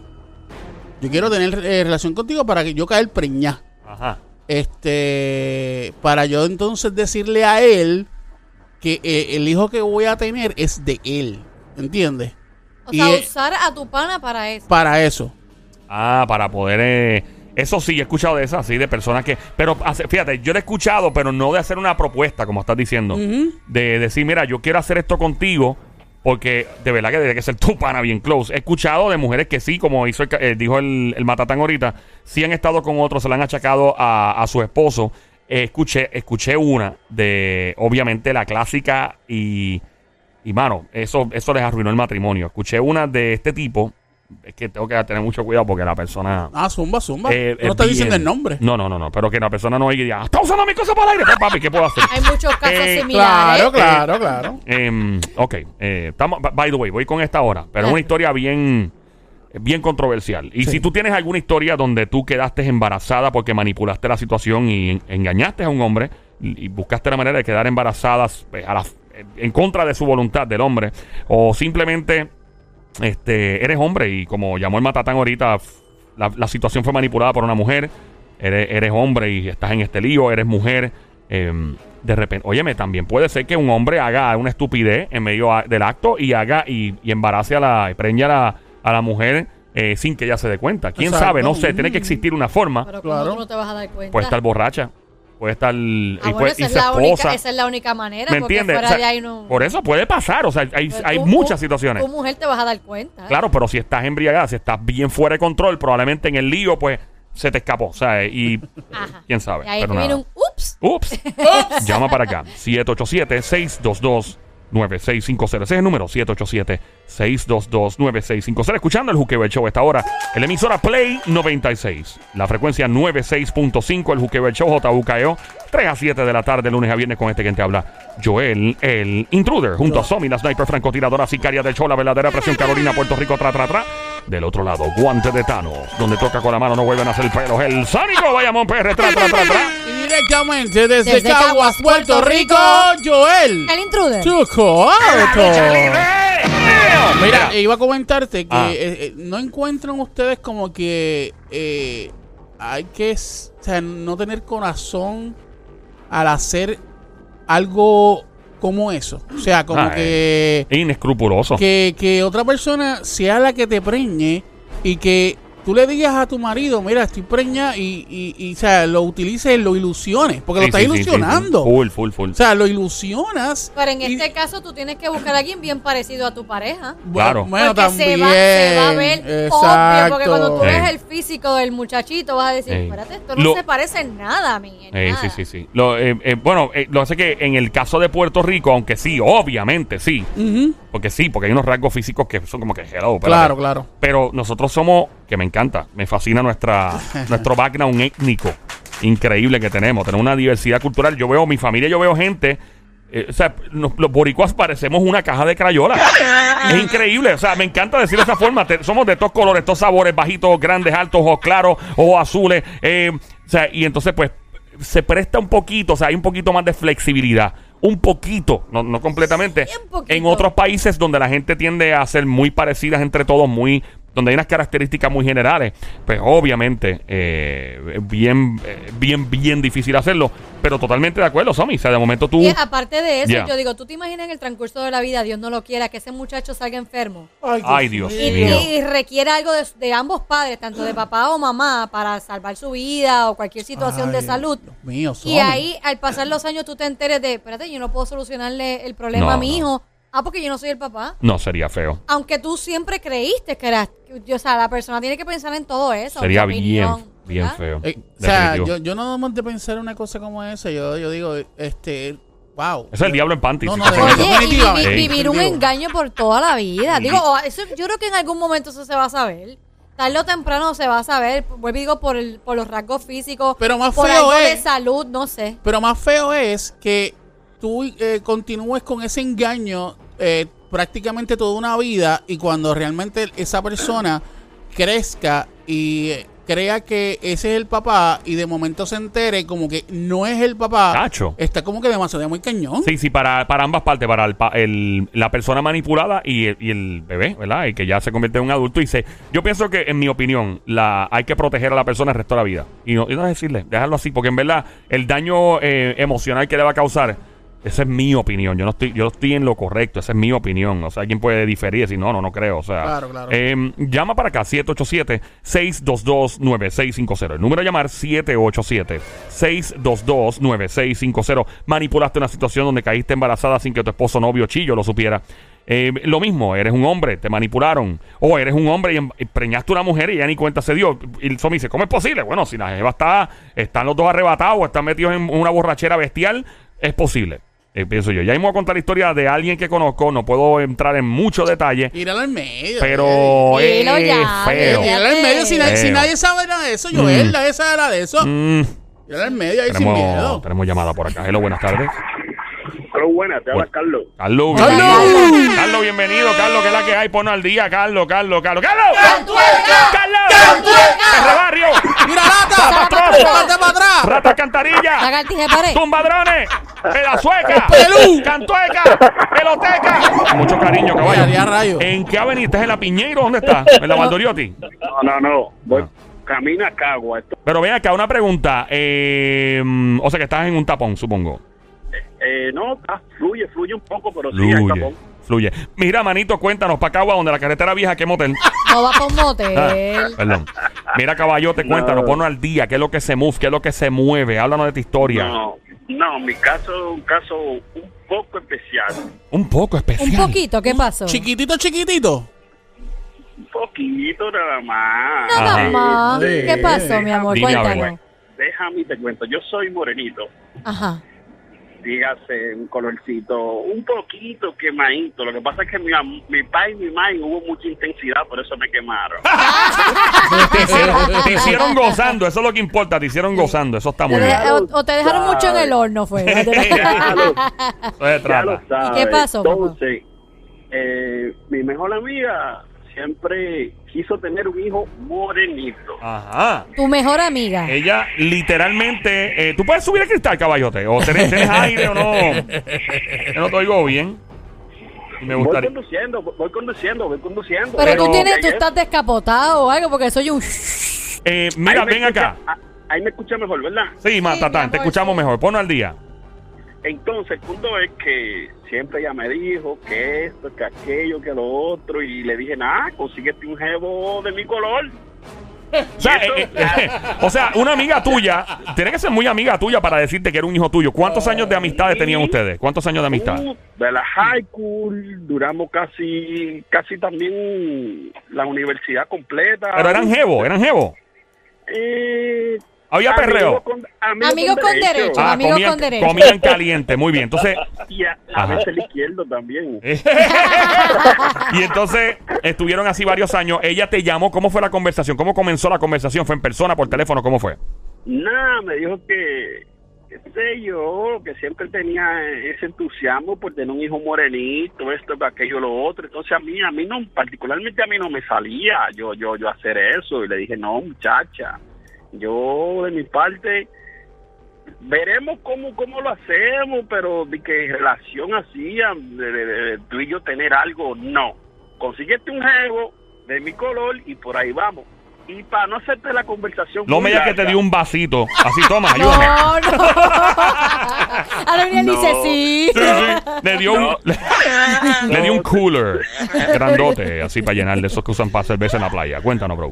Yo quiero tener eh, relación contigo para que yo caer preñá.
Ajá.
Este, para yo entonces decirle a él que eh, el hijo que voy a tener es de él. ¿Entiendes?
hmm, o
y
sea,
eh,
usar a tu pana para eso.
para eso.
Ah, para poder. eh, eso sí, he escuchado de esas, sí, de personas que. Pero hace- fíjate, yo lo he escuchado, pero no de hacer una propuesta, como estás diciendo. De decir, mira, yo quiero hacer esto contigo. Porque de verdad que tiene que ser tu pana bien close. He escuchado de mujeres que sí, como hizo el ca- eh, dijo el, el matatán ahorita, sí han estado con otros, se la han achacado a, a su esposo. Eh, escuché, escuché una de, obviamente, la clásica y, y mano, eso, eso les arruinó el matrimonio. Escuché una de este tipo. Es que tengo que tener mucho cuidado porque la persona...
Ah, zumba, zumba.
Eh,
no
es
te dicen
bien.
el nombre.
No, no, no, no. Pero que la persona no oiga y diga, "Ah, está usando mi cosa para el aire. Pues, papi, ¿qué puedo hacer?
Hay muchos casos
Eh,
similares.
Claro, claro,
eh.
claro.
Em, ok. eh, estamos, b- by the way, voy con esta ahora. Pero es una historia bien, bien controversial. Y si tú tienes alguna historia donde tú quedaste embarazada porque manipulaste la situación y en- engañaste a un hombre y buscaste la manera de quedar embarazadas eh, a la- eh, en contra de su voluntad del hombre, o simplemente este, eres hombre y como llamó el matatán ahorita, f- la, la situación fue manipulada por una mujer, eres, eres hombre y estás en este lío, eres mujer. em, de repente, óyeme, también puede ser que un hombre haga una estupidez en medio a- del acto y haga y, y embarace a la, y preñe a la, a la mujer eh, sin que ella se dé cuenta. ¿Quién
Exacto.
sabe? No sé, tiene que existir una forma.
Pero como
Claro.
tú no te vas a dar cuenta.
Puede estar borracha, puede estar... Pues y
Ah, bueno,
puede-
esa,
y
es
su
la única,
esposa.
esa es la única manera.
¿Me
porque
entiendes?
fuera
O sea,
de ahí no. pues
Por eso puede pasar, o sea, hay, hay
Tú-
muchas
tú-
situaciones.
Tu mujer te vas a dar cuenta. ¿eh?
Claro, pero si estás embriagada, si estás bien fuera de control, probablemente en el lío, pues se te escapó. O sea, y
Ajá.
quién sabe.
Y ahí
Pero
te viene
nada.
un ups.
Ups. Llama para acá. 787-622-9650. Ese es el número. 787-622-9650. Escuchando el Juqueo del Show a esta hora. En la emisora Play 96. La frecuencia 96.5. El Juqueo del Show JUKEO. 3 E a 7 de la tarde, lunes a viernes, con este quien te habla. Joel, el intruder. Junto a Somi, la sniper francotiradora sicaria del show. La verdadera presión Carolina, Puerto Rico, tra, tra, tra. Del otro lado, guante de Thanos. Donde toca con la mano, no vuelven a hacer pelos. El sánico, Bayamón PR, tra, tra, tra, tra.
Y directamente desde,
Desde
Caguas,
Caguas,
Puerto,
Puerto
Rico,
Rico,
Joel.
El intruder.
Chuco Auto.
Mira,
Mira, Eh, iba a comentarte que
Ah.
eh, eh, no encuentran ustedes como que eh, hay que s- o sea, no tener corazón al hacer algo como eso. O sea, como
Ah,
que...
inescrupuloso.
que, que otra persona sea la que te preñe y que tú le digas a tu marido, mira, estoy preña y, y, y, o sea, lo utilices, lo ilusiones, porque
Sí,
lo estás
sí, sí, sí, sí.
ilusionando.
Full, full, full.
O sea, lo ilusionas.
Pero en
y-
este caso tú tienes que buscar a alguien bien parecido a tu pareja.
Claro.
Bueno,
porque
también.
Se, va, se va a ver obvio. Porque cuando
Exacto.
tú
Ey.
ves el físico del muchachito vas a decir,
Ey.
espérate, esto no
Lo-
se parece en nada a mí. en
Eh,
nada".
sí, sí, sí. Lo, eh, eh, bueno, eh, lo hace que en el caso de Puerto Rico, aunque sí, obviamente sí,
Ujú,
porque sí, porque hay unos rasgos físicos que son como que hello. espérate.
Claro, claro.
Pero nosotros somos, que me encanta, me fascina nuestra, nuestro background étnico increíble que tenemos. Tenemos una diversidad cultural. Yo veo mi familia, yo veo gente. eh, o sea, nos- los boricuas parecemos una caja de crayola. es increíble. O sea, me encanta decir de esa forma. Te- somos de estos colores, estos sabores, bajitos, grandes, altos, ojos claros, ojos azules. eh, o sea, y entonces, pues, se presta un poquito, o sea, hay un poquito más de flexibilidad. Un poquito, no, no completamente.
Sí, un poquito.
en otros países donde la gente tiende a ser muy parecidas entre todos, muy donde hay unas características muy generales, pues obviamente eh, bien, eh, bien, bien difícil hacerlo, pero totalmente de acuerdo, Somi. O sea, de momento tú...
Y aparte de eso,
Ya.
yo digo, tú te imaginas en el transcurso de la vida, Dios no lo quiera, que ese muchacho salga enfermo.
Ah,
Ay, Dios
Y,
mío.
y requiere algo de, de ambos padres, tanto de papá o mamá, para salvar su vida o cualquier situación de
Ay,
salud.
Dios mío,
Y
Somi.
ahí, al pasar los años, tú te enteres de, espérate, yo no puedo solucionarle el problema
No,
a mi
no.
hijo. Ah, porque yo no soy el papá.
No, sería feo.
Aunque tú siempre creíste que eras, que- o sea, la persona tiene que pensar en todo eso.
Sería
tu
bien,
opinión,
bien
¿verdad?
feo.
Eh, o sea,
Definitivo.
yo, yo no damos de pensar una cosa como esa. Yo, yo digo, este, wow.
Es el diablo en panty.
No,
si
no,
te hacen eso.
no, no.
Oye, y vivi-
Definitivamente.
vivir un
Definitivo.
engaño por toda la vida. Digo, o eso, yo creo que en algún momento eso se va a saber. Tarde o temprano se va a saber. Vuelvo y digo, por, el- por los rasgos físicos.
Pero más
por
feo
algo de
es-
salud, no sé.
Pero más feo es que tú eh, continúes con ese engaño eh, prácticamente toda una vida y cuando realmente esa persona crezca y eh, crea que ese es el papá y de momento se entere como que no es el papá,
Cacho.
está como que demasiado muy cañón.
Sí, sí, para, para ambas partes, para el, pa- el- la persona manipulada y el, y el bebé, ¿verdad? Y que ya se convierte en un adulto y se... Yo pienso que, en mi opinión, la, hay que proteger a la persona el resto de la vida. Y no, y no decirle, dejarlo así, porque en verdad el daño eh, emocional que le va a causar, esa es mi opinión. Yo no estoy yo estoy en lo correcto, esa es mi opinión. O sea, alguien puede diferir y decir, no, no, no creo. O sea,
Claro, claro.
eh, llama para acá, 787-622-9650. El número a llamar, 787-622-9650. Manipulaste una situación donde caíste embarazada sin que tu esposo, novio, chillo lo supiera. eh, lo mismo, eres un hombre, te manipularon. O eres un hombre y em- y preñaste una mujer y ya ni cuenta se dio. Y el zombie dice, ¿cómo es posible? Bueno, si la jeva está, están los dos arrebatados, están metidos en una borrachera bestial, es posible. Eh, pienso yo. Ya mismo voy a contar la historia de alguien que conozco, no puedo entrar en mucho detalle,
Tíralo al medio.
pero
Dilo
es
ya,
feo.
dilo ya.
Tíralo al medio. Si, nadie-
Feo.
si nadie sabe nada de eso, Joel,
Mm.
nadie sabe nada de eso.
Mm,
Tíralo al medio ahí sin
tenemos,
miedo.
tenemos llamada por acá. Hello, buenas tardes.
Pero buena, te habla
Bueno.
Carlos.
Carlos,
Carlos.
bienvenido. Carlos, bienvenido. Carlos, que es la que hay. Ponlo al día, Carlos, Carlos, Carlos. ¡Carlos!
¡Cantueca!
¡Carlos!
¡Cantueca!
¡Carrebarrio!
¡Mira lata!
Zapatrón.
¡Parte para atrás!
¡Rata alcantarilla!
Lagartija de pared.
¡Tumbadrones! ¡Pedazueca!
Pelú.
¡Cantueca! ¡Peloteca! Mucho cariño, caballo.
Mira, ya rayo.
¿En qué avenida? ¿Estás en la Piñeiro? ¿Dónde estás? ¿En la Valdoriotti?
No, no, no. Voy-
No.
Camina a Cagua. Esto-
Pero ven acá, una pregunta. Eh, mm, o sea, que estás en un tapón, supongo.
eh, no, ah, fluye, fluye un poco, pero sí, hay
Fluye,
tapón.
fluye. Mira, manito, cuéntanos, para Cagua, donde la carretera vieja, ¿qué motel?
No va para un
Ah,
motel.
perdón. Mira, caballote, cuéntanos,
No.
ponnos al día, qué es lo que se mueve, qué es lo que se mueve, háblanos de tu historia.
No, no, mi caso es un caso un poco especial.
Un poco especial.
Un poquito, ¿qué pasó?
Chiquitito, chiquitito.
Un poquito nada más.
Ajá.
Nada
Ah.
más.
Sí.
¿Qué pasó, mi amor?
Dime a ver.
Cuéntanos.
Déjame y te cuento. Yo soy morenito.
Ajá.
dígase un colorcito un poquito quemadito. Lo que pasa es que mi, am- mi pa y mi mãe hubo mucha intensidad, por eso me quemaron.
Te hicieron, te hicieron gozando, eso es lo que importa, te hicieron gozando, eso está muy
Te
bien.
de- o, o te dejaron mucho en el horno, fue.
ya, lo,
Eso se
ya lo
trata.
sabes.
qué pasó, papá?
Entonces, eh, mi mejor amiga siempre quiso tener un hijo morenito.
Ah, Ajá.
Tu mejor amiga.
Ella literalmente. eh, ¿Tú puedes subir el cristal, caballote? ¿O tenés, tenés aire o no? Yo no te oigo bien. Y Me
Voy
gustaría.
conduciendo, voy conduciendo, voy conduciendo.
Pero, tú
pero-
tienes, tú estás descapotado o algo, porque soy un.
Eh,
Ahí
mira,
me
ven
escucha-
acá.
ah, Ahí me escucha mejor, ¿verdad?
Sí,
mi
Matatán,
amor,
te escuchamos
sí.
mejor. Ponlo al día.
Entonces, el punto es que siempre ella me dijo que esto, que aquello, que lo otro, y le dije, nada, consíguete un jevo de mi color.
O sea, eh, eh, o sea, una amiga tuya, tiene que ser muy amiga tuya para decirte que era un hijo tuyo. ¿Cuántos años de amistades tenían ustedes? ¿Cuántos años de amistad?
Uh, de la high school, duramos casi, casi también la universidad completa.
Pero eran jevo, eran jevo.
Eh,
Había
amigos
perreo.
con-
Amigos con derecho. Ah, amigos
comían,
con derecho.
comían caliente, muy bien. Entonces,
Y a, a
Ajá.
veces el izquierdo también.
y entonces estuvieron así varios años. Ella te llamó, ¿cómo fue la conversación? ¿Cómo comenzó la conversación? ¿Fue en persona, por teléfono? ¿Cómo fue?
Nada, me dijo que, qué sé yo, que siempre tenía ese entusiasmo por tener un hijo morenito, esto, aquello, lo otro. Entonces a mí, a mí no, particularmente a mí no me salía yo, yo, yo hacer eso. Y le dije, no, muchacha, yo de mi parte veremos cómo, cómo lo hacemos, pero de que relación así, a- de- de- de tú y yo tener algo, no. Consíguete un juego de mi color y por ahí vamos. Y para no hacerte la conversación.
No me
muy
digas que te
larga,
dio un vasito. Así, toma,
No,
ayúdame.
no. Ahora viene él dice sí.
Sí, sí. Le dio un, le, dio un cooler grandote, así para llenar de esos que usan para cerveza en la playa. Cuéntanos, bro.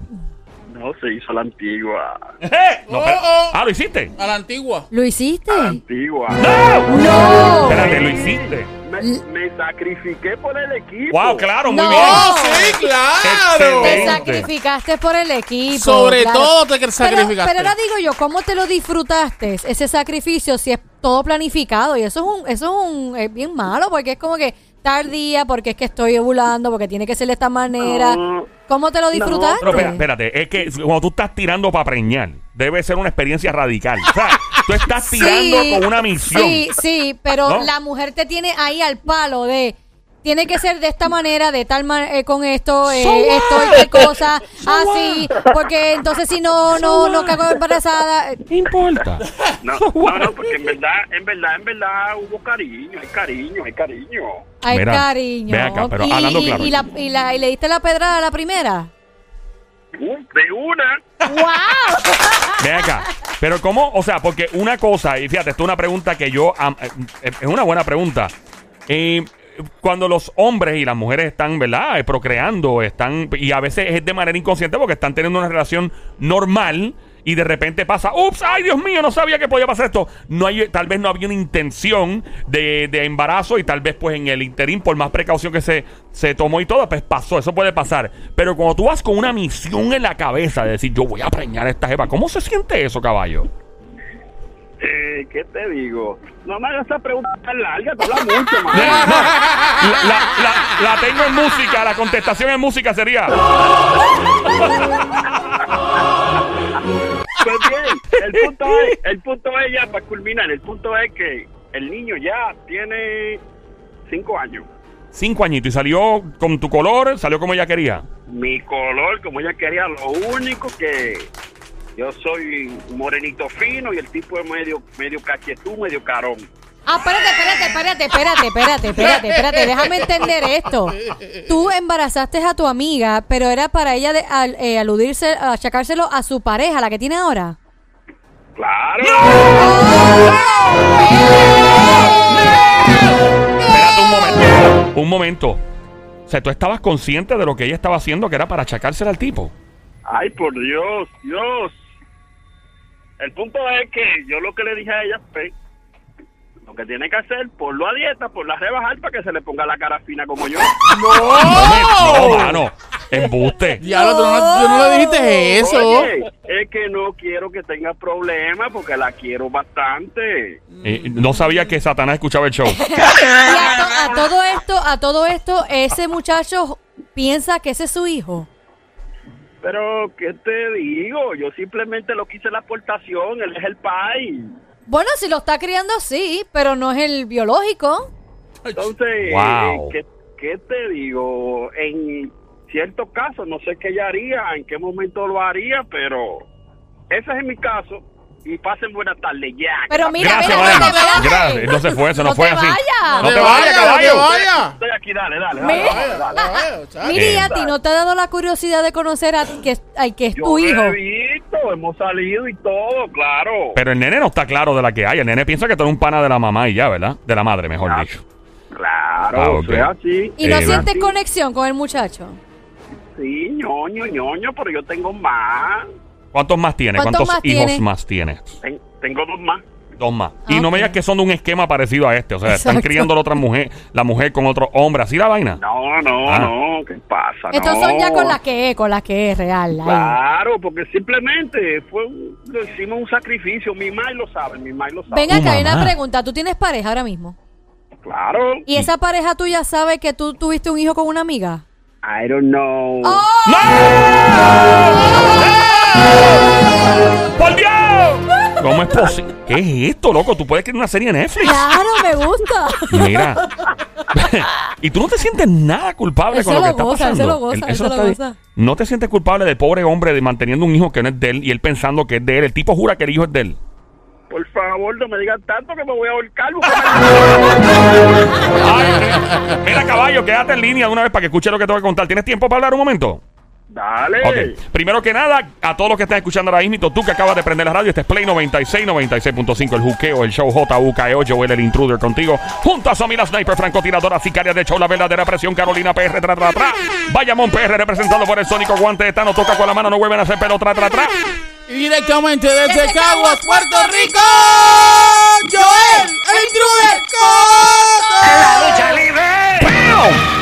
No, se hizo la antigua.
Eh,
No, pero-
Oh, oh.
ah, lo hiciste.
A la antigua.
¿Lo hiciste?
Antigua.
No.
Espérate, lo hiciste.
Me, me sacrifiqué por el equipo.
Wow, claro, muy
No.
bien.
¡Oh, sí, claro!
Excelente.
Te sacrificaste por el equipo.
Sobre
claro.
todo te
Pero,
sacrificaste.
pero ahora digo yo, ¿cómo te lo disfrutaste ese sacrificio si es todo planificado? Y eso es un, eso es un, es bien malo porque es como que tardía, porque es que estoy ovulando, porque tiene que ser de esta manera.
No.
¿Cómo te lo disfrutaste?
Pero espera, espérate, es que cuando tú estás tirando para preñar, debe ser una experiencia radical. O sea, tú estás tirando
Sí,
con una misión.
Sí, sí, pero
¿No?
la mujer te tiene ahí al palo de tiene que ser de esta manera, de tal manera, con esto, eh, esto y tal cosa, así, porque entonces si no, no, no cago embarazada. eh,
No importa.
No, no, no, porque en verdad, en verdad, en verdad hubo cariño, hay cariño, hay cariño.
Ay,
Mira,
cariño.
ve acá, pero
y,
hablando
y-
claro.
y la, y, la- y le diste la pedra a la primera.
Un- De una.
Ven acá. Pero cómo, o sea, porque una cosa, y fíjate, esto es una pregunta que yo, am- eh, eh, es una buena pregunta. Eh, cuando los hombres y las mujeres están, ¿verdad? Eh, procreando, están, y a veces es de manera inconsciente porque están teniendo una relación normal y de repente pasa, ups, ay Dios mío, no sabía que podía pasar esto. No hay, tal vez no había una intención de, de embarazo y tal vez pues en el interín, por más precaución que se, se tomó y todo, pues pasó, eso puede pasar. Pero cuando tú vas con una misión en la cabeza de decir, yo voy a preñar a esta jeva, ¿cómo se siente eso, caballo?
Eh, ¿Qué te digo? No me hagas esta pregunta tan larga, te hablas mucho, mano.
No, la, la- la- la tengo en música, la contestación en música sería.
Pues bien, el punto es, el punto es ya para culminar, el punto es que el niño ya tiene cinco años.
Cinco añitos y salió con tu color, salió como ella quería.
Mi color, como ella quería, lo único que yo soy un morenito fino y el tipo es medio, medio cachetú, medio carón.
Ah, espérate, espérate, espérate, espérate, espérate, espérate, espérate. Déjame entender esto. Tú embarazaste a tu amiga, pero era para ella de, al- eh, aludirse, achacárselo a su pareja, la que tiene ahora.
Claro.
Espérate un momento. Un momento. O sea, tú estabas consciente de lo que ella estaba haciendo, que era para achacársela al tipo.
Ay, por Dios, Dios. El punto es que yo lo que le dije a ella fue, lo que tiene que hacer, ponlo a dieta, ponlo a rebajar para que se le ponga la cara fina como yo.
No, me- no, mano. Embuste.
Diablo, tú no, tú no le dijiste eso.
Oye, es que no quiero que tenga problemas porque la quiero bastante.
Eh, no sabía que Satanás escuchaba el show.
Y a, to- a todo esto, a todo esto, ese muchacho piensa que ese es su hijo.
Pero, ¿qué te digo? Yo simplemente lo quise la aportación, él es el país.
Bueno, si lo está criando, sí, pero no es el biológico.
Entonces, eh,
Wow.
¿qué, qué te digo? En ciertos casos, no sé qué ella haría, en qué momento lo haría, pero ese es mi caso. Y pasen buenas tardes, ya.
Pero mira,
Gracias,
mira,
Mariana.
espérate, espérate.
Gracias. No se fue, eso no,
No
fue
te
así.
vayas.
No te vayas, caballo.
vaya.
Estoy aquí, dale, dale. dale,
Mira.
dale, dale.
Mira,
Eh.
y a ti no te ha dado la curiosidad de conocer a que, al que es
Yo
tu
lo
hijo.
he visto, hemos salido y todo, claro.
Pero el nene no está claro de la que hay. El nene piensa que tú eres un pana de la mamá y ya, ¿verdad? De la madre, mejor
Ah.
dicho.
Claro,
Ah, ok.
eso es así.
Y no
Eh,
sientes
así.
conexión con el muchacho.
Sí, ñoño, ñoño, pero yo tengo más.
¿Cuántos más tiene?
¿Cuántos
¿Cuántos,
más
hijos
tiene?
más tiene?
Ten- tengo dos más.
Dos más.
Ah,
y no
ok.
me digas que son de un esquema parecido a este. O sea, están
Exacto.
criando a la otra mujer, la mujer con otro hombre. ¿Así la vaina?
No, no,
Ah.
no, ¿qué pasa?
Estos
No.
son ya con las que es, con las que es real. ahí.
Claro, porque simplemente fue un, lo hicimos un sacrificio. Mi mamá lo sabe, mi mamá lo sabe.
Venga,
Tu
acá hay una
mamá.
pregunta. ¿Tú tienes pareja ahora mismo?
Claro.
¿Y esa pareja tuya sabe que tú tuviste un hijo con una amiga?
I don't know.
Oh.
¡No! ¡Por Dios! ¿Cómo es posible? ¿Qué es esto, loco? Tú puedes crear una serie de Netflix.
Claro, me gusta.
Mira. y tú no te sientes nada culpable
Él
con
se
lo que
lo
está
goza, él
pasando.
se lo goza,
Él-
él
eso
se
está
lo
bien.
goza.
No te sientes culpable del pobre hombre de manteniendo un hijo que no es de él y él pensando que es de él. El tipo jura que el hijo es de él.
Por favor, no me digan tanto que me voy a ahorcar. porque-
Ay, mira, caballo, quédate en línea de una vez para que escuche lo que tengo que contar. ¿Tienes tiempo para hablar un momento?
Dale.
Ok. Primero que nada, a todos los que están escuchando ahora mismo, tú que acabas de prender la radio, este es Play 96, 96.5, el juqueo, el show JUKEO, E Joel el intruder contigo, junto a Samira Sniper, francotiradora, sicaria de show, la verdadera presión, Carolina PR, tra, tra, tra. Bayamón PR, representado por el sónico guante de Tano, toca con la mano, no vuelven a hacer pelo, tra, tra, tra.
Directamente desde
Desde Caguas,
Caguas, Puerto
Puerto
Rico. Joel, el intruder. Coco.
¡Pam!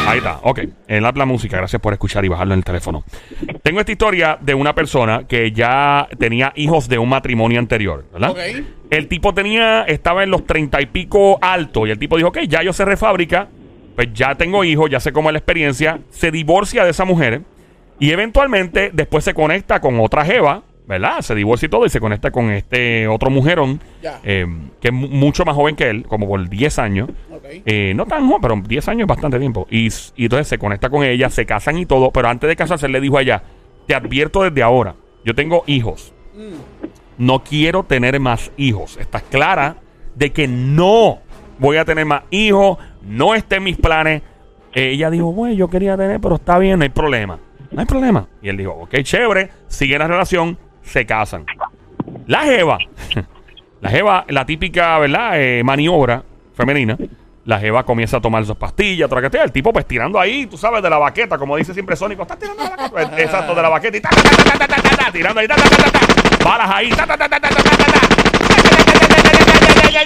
Ahí está, ok. El habla música, gracias por escuchar y bajarlo en el teléfono. Tengo esta historia de una persona que ya tenía hijos de un matrimonio anterior, ¿verdad?
Ok.
El tipo tenía, estaba en los treinta y pico alto y el tipo dijo, ok, ya yo sé refábrica, pues ya tengo hijos, ya sé cómo es la experiencia, se divorcia de esa mujer y eventualmente después se conecta con otra jeva, ¿verdad? Se divorcia y todo y se conecta con este otro mujerón
Ya.
eh, que es mu- mucho más joven que él, como por 10 años.
Ok.
Eh, no tan joven, pero 10 años es bastante tiempo. Y, s- y entonces se conecta con ella, se casan y todo. Pero antes de casarse, él le dijo a ella: Te advierto desde ahora, yo tengo hijos. No quiero tener más hijos. Estás clara de que no voy a tener más hijos, no está en mis planes. Eh, ella dijo: Bueno, yo quería tener, pero está bien, no hay problema. No hay problema. Y él dijo: Ok, chévere, sigue la relación, se casan. La Jeva. La Jeva, la típica, ¿verdad? Eh, maniobra femenina. La Jeva comienza a tomar sus pastillas, traquetea. El tipo, pues tirando ahí, tú sabes, de la baqueta, como dice siempre Sónico. Estás tirando de la baqueta. Exacto, de la baqueta. Y ta, ta, ta, ta, ta, ta, ta, ta, tirando ahí. ta, ta, ta, ta, ta. Balas ahí. Ta, ta, ta, ta, ta, ta, ta, ta.
Mira,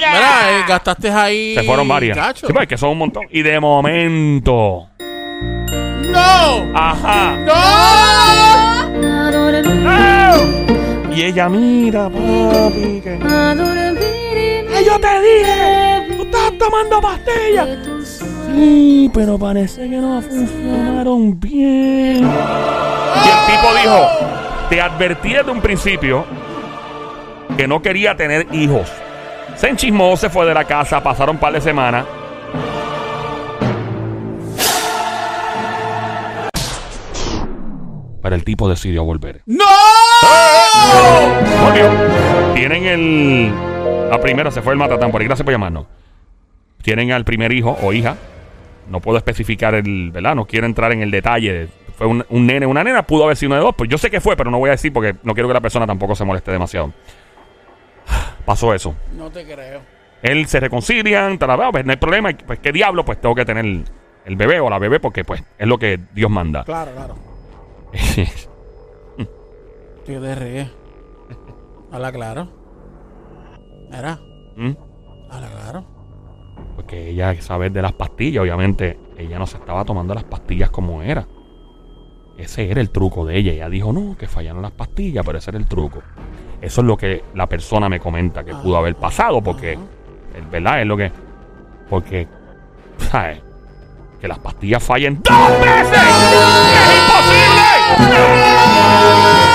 eh, gastaste ahí.
Se fueron varias.
chacho.
Sí, pues, que son un montón. Y de momento.
¡No!
Ajá.
¡No!
Y ella mira, papi. Que... ¡Ay, yo te dije! ¡Tú estás tomando pastillas! Sí, pero parece que no funcionaron bien. Y el tipo dijo: Te advertí desde un principio que no quería tener hijos. Se enchismó, se fue de la casa, pasaron un par de semanas. Pero el tipo decidió volver.
¡No!
Volvió. Tienen el. La primera se fue el matatán, por ahí gracias por llamarnos. Tienen al primer hijo o hija. No puedo especificar el. ¿Verdad? No quiero entrar en el detalle. Fue un, un nene, una nena, pudo haber sido una de dos. Pues yo sé que fue, pero no voy a decir porque no quiero que la persona tampoco se moleste demasiado. Pasó eso.
No te creo.
Él se reconcilian, tarabá, pues no hay problema. Pues qué diablo, pues tengo que tener el, el bebé o la bebé porque pues es lo que Dios manda.
Claro, claro. Yo te regué. E. Habla claro. Mira,
¿Mm?
habla claro.
Porque ella sabe de las pastillas, obviamente. Ella no se estaba tomando las pastillas como era. Ese era el truco de ella. Ella dijo, no, que fallaron las pastillas, pero ese era el truco. Eso es lo que la persona me comenta que pudo haber pasado, porque, es ¿verdad? Es lo que. Porque, ¿sabes? Que las pastillas fallen dos veces. ¡Es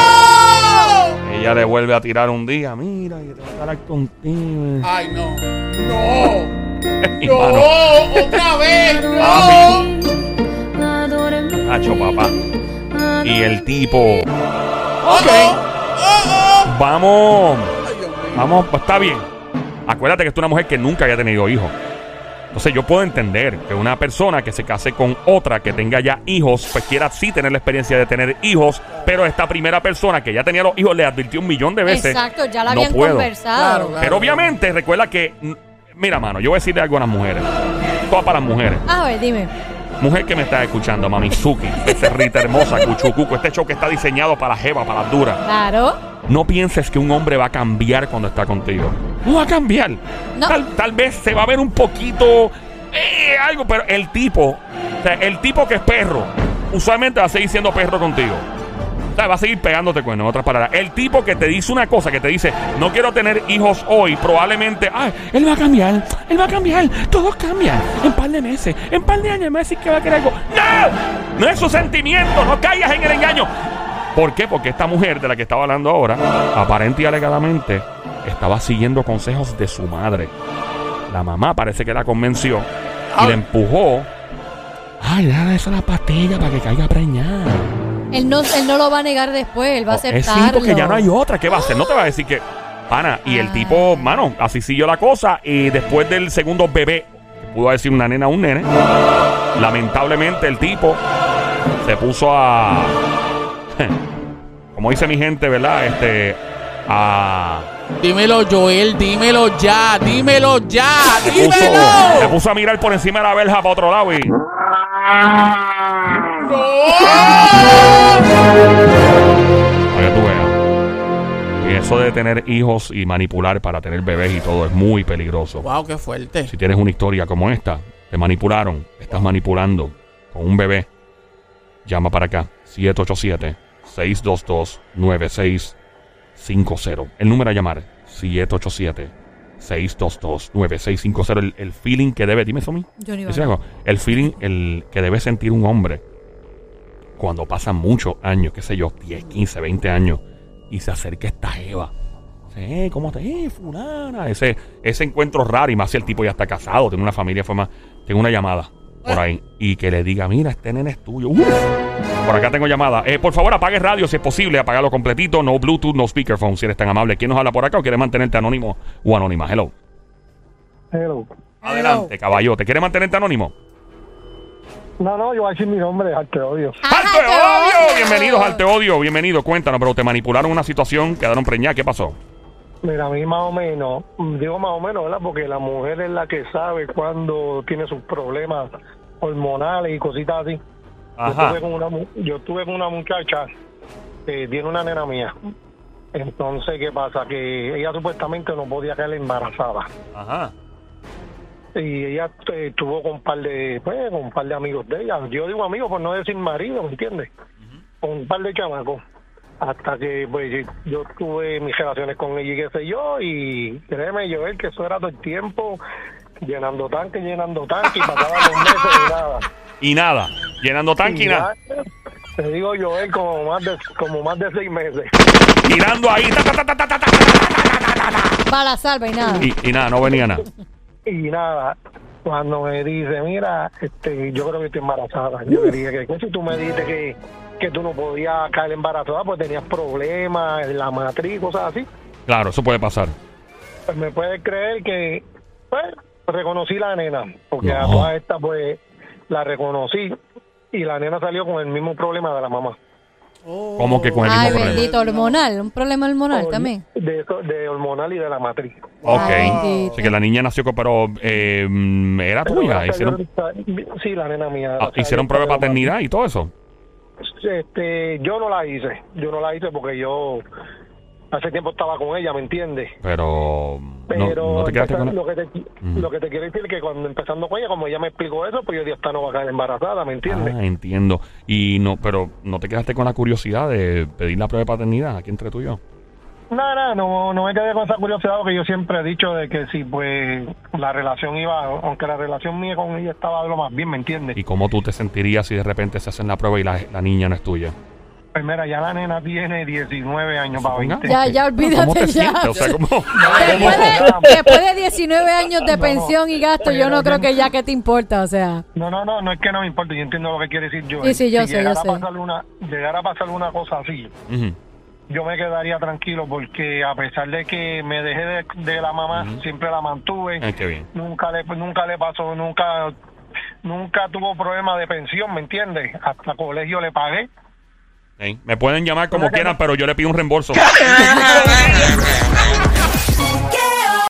imposible! Ella le vuelve a tirar un día, mira, que te voy a estar contigo.
Ay, no. No.
Y mano,
otra vez.
Papi. Nacho, papá. Y el tipo. Ok. Vamos. Vamos, pues, está bien. Acuérdate que es una mujer que nunca había tenido hijos. Entonces yo puedo entender que una persona que se case con otra que tenga ya hijos, pues quiera sí tener la experiencia de tener hijos, pero esta primera persona que ya tenía los hijos le advirtió un millón de veces.
Exacto, ya la
no
habían
puedo.
conversado.
Claro,
Pero obviamente recuerda que, mira mano, yo voy a decirle algo a las mujeres. Todas para las mujeres.
A ver, dime.
Mujer que me está escuchando, mamizuki, becerrita hermosa, cuchucuco, este show que está diseñado para la jeva, para las duras.
Claro.
No pienses que un hombre va a cambiar cuando está contigo. No va a cambiar.
No.
Tal, tal vez se va a ver un poquito eh, algo, pero el tipo, o sea, el tipo que es perro, usualmente va a seguir siendo perro contigo. O sea, va a seguir pegándote con en otras palabras. El tipo que te dice una cosa, que te dice, no quiero tener hijos hoy, probablemente, ay, él va a cambiar, él va a cambiar, todos cambian. En par de meses, en par de años, me va a decir que va a querer algo. ¡No! No es su sentimiento, no caigas en el engaño. ¿Por qué? Porque esta mujer de la que estaba hablando ahora, aparente y alegadamente, estaba siguiendo consejos de su madre. La mamá parece que la convenció y la empujó. Ay, dale eso a la pastilla para que caiga preñada.
Él no, él no lo va a negar después, él va a
Oh, Es
aceptarlo. Ah.
sí, porque ya no hay otra. ¿Qué va a hacer? No te va a decir que. Pana, y el tipo, mano, así siguió la cosa. Y después del segundo bebé, que pudo decir una nena o un nene, lamentablemente el tipo se puso a. Como dice mi gente, ¿verdad? Este. A.
Dímelo, Joel, dímelo ya, dímelo ya,
Puso, se
dímelo.
puso a mirar por encima de la verja para otro lado y. Para que tú veas. Y eso de tener hijos y manipular para tener bebés y todo es muy peligroso.
Wow, qué fuerte.
Si tienes una historia como esta, te manipularon, estás manipulando con un bebé, llama para acá, 787-622-9650. El número a llamar, 787-622-9650. El, el feeling que debe, dime, Somi.
Yo ni
Decir
bailo.
algo. El feeling el que debe sentir un hombre cuando pasan muchos años, qué sé yo, 10, 15, 20 años, y se acerca esta Eva. Eh, ¿cómo te eh, fulana? Ese, ese encuentro raro, y más si el tipo ya está casado, tiene una familia, fue más. Tengo una llamada por ahí. Y que le diga, mira, este nene es tuyo. Uf. Por acá tengo llamada. Eh, por favor, apague radio si es posible, apagarlo completito. No Bluetooth, no speakerphone, si eres tan amable. ¿Quién nos habla por acá o quiere mantenerte anónimo o anónima? Hello.
Hello.
Adelante, caballo. ¿Te quiere mantenerte anónimo?
No, no, yo voy a decir mi nombre, arte odio.
¡Alte Odio! Bienvenidos al Te Odio, bienvenido. Cuéntanos, pero te manipularon una situación, quedaron preñadas, ¿qué pasó?
Mira, a mí más o menos, mm, digo más o menos, ¿verdad? Porque la mujer es la que sabe cuando tiene sus problemas hormonales y cositas así. Yo estuve, con una, mu- yo estuve con una muchacha, eh, tiene una nena mía.
Entonces, ¿qué pasa? Que ella supuestamente no podía quedar embarazada.
Ajá.
Y ella eh, estuvo con un par de, pues, con un par de amigos de ella. Yo digo amigos por no decir marido, ¿me entiendes? Con un par de chamacos. Hasta que, pues, yo- yo tuve mis relaciones con ella y qué sé yo. Y créeme, Joel, que eso era todo el tiempo llenando tanque, llenando tanque. Y pasaba los meses y nada.
Y nada. Llenando tanque y nada.
ya, Te digo, Joel, como más de, como más de seis meses.
Tirando ahí. ta, ta, ta, ta, ta, ta, ta, ta, ta, ta, ta, ta.
Para salva y nada.
Y, y nada, no venía nada.
y nada cuando me dice mira este yo creo que estoy embarazada yo le dije que "Coño, si tú me dijiste que que tú no podías caer embarazada pues tenías problemas en la matriz cosas así
Claro, eso puede pasar.
pues me puedes creer que pues reconocí la nena porque
No.
a todas estas pues la reconocí y la nena salió con el mismo problema de la mamá
Como que con el mismo
Ay,
problema.
bendito, hormonal. Un problema hormonal
Hor-
también.
de eso- de hormonal y de la matriz
Ok.
Ay, bendito.
Así que la niña nació, con- pero eh, mm, era
Pero
tuya.
gracias
Hicieron,
a Dios, sí la nena mía
ah,
gracias a
hicieron
Dios,
prueba de
pero-
paternidad y todo eso.
Este, yo no la hice, yo no la hice porque yo hace tiempo estaba con ella, ¿me entiendes?
Pero. no-
Pero
no, te quedaste con
empezando-
él.
lo, que te, lo que te quiero decir es que cuando empezando con ella, como ella me explicó eso, pues yo dije, esta no va a quedar embarazada, ¿me entiendes?
Ah, entiendo. Y no, pero no te quedaste con la curiosidad de pedir la prueba de paternidad aquí entre tú y yo.
Nada, no, no me quedé con esa curiosidad porque yo siempre he dicho de que si pues la relación iba, aunque la relación mía con ella estaba lo más bien, ¿me entiendes?
¿Y cómo tú te sentirías si de repente se hacen la prueba y la, la niña no es tuya?
Pues mira, ya la nena tiene 19 años para 20.
Ya, ya,
Pero, ¿Cómo te
olvídate ya.
sientes? O sea, ¿cómo?
Después de, después de 19 años de
No,
pensión y gasto, yo no creo que ya que te importa, o sea.
No, no, no, no es que no me importe, yo entiendo lo que quiere decir yo. eh.
Sí, sí, yo
si
sé, yo
llegara a
sé.
pasar una, llegara a pasar una cosa así,
Ujú.
yo me quedaría tranquilo porque a pesar de que me dejé de, de la mamá, siempre la mantuve,
Ay, qué bien.
nunca le nunca le pasó, nunca nunca tuvo problema de pensión, ¿me entiendes? Hasta colegio le pagué.
Ey, Me pueden llamar como quieran, pero yo le pido un reembolso.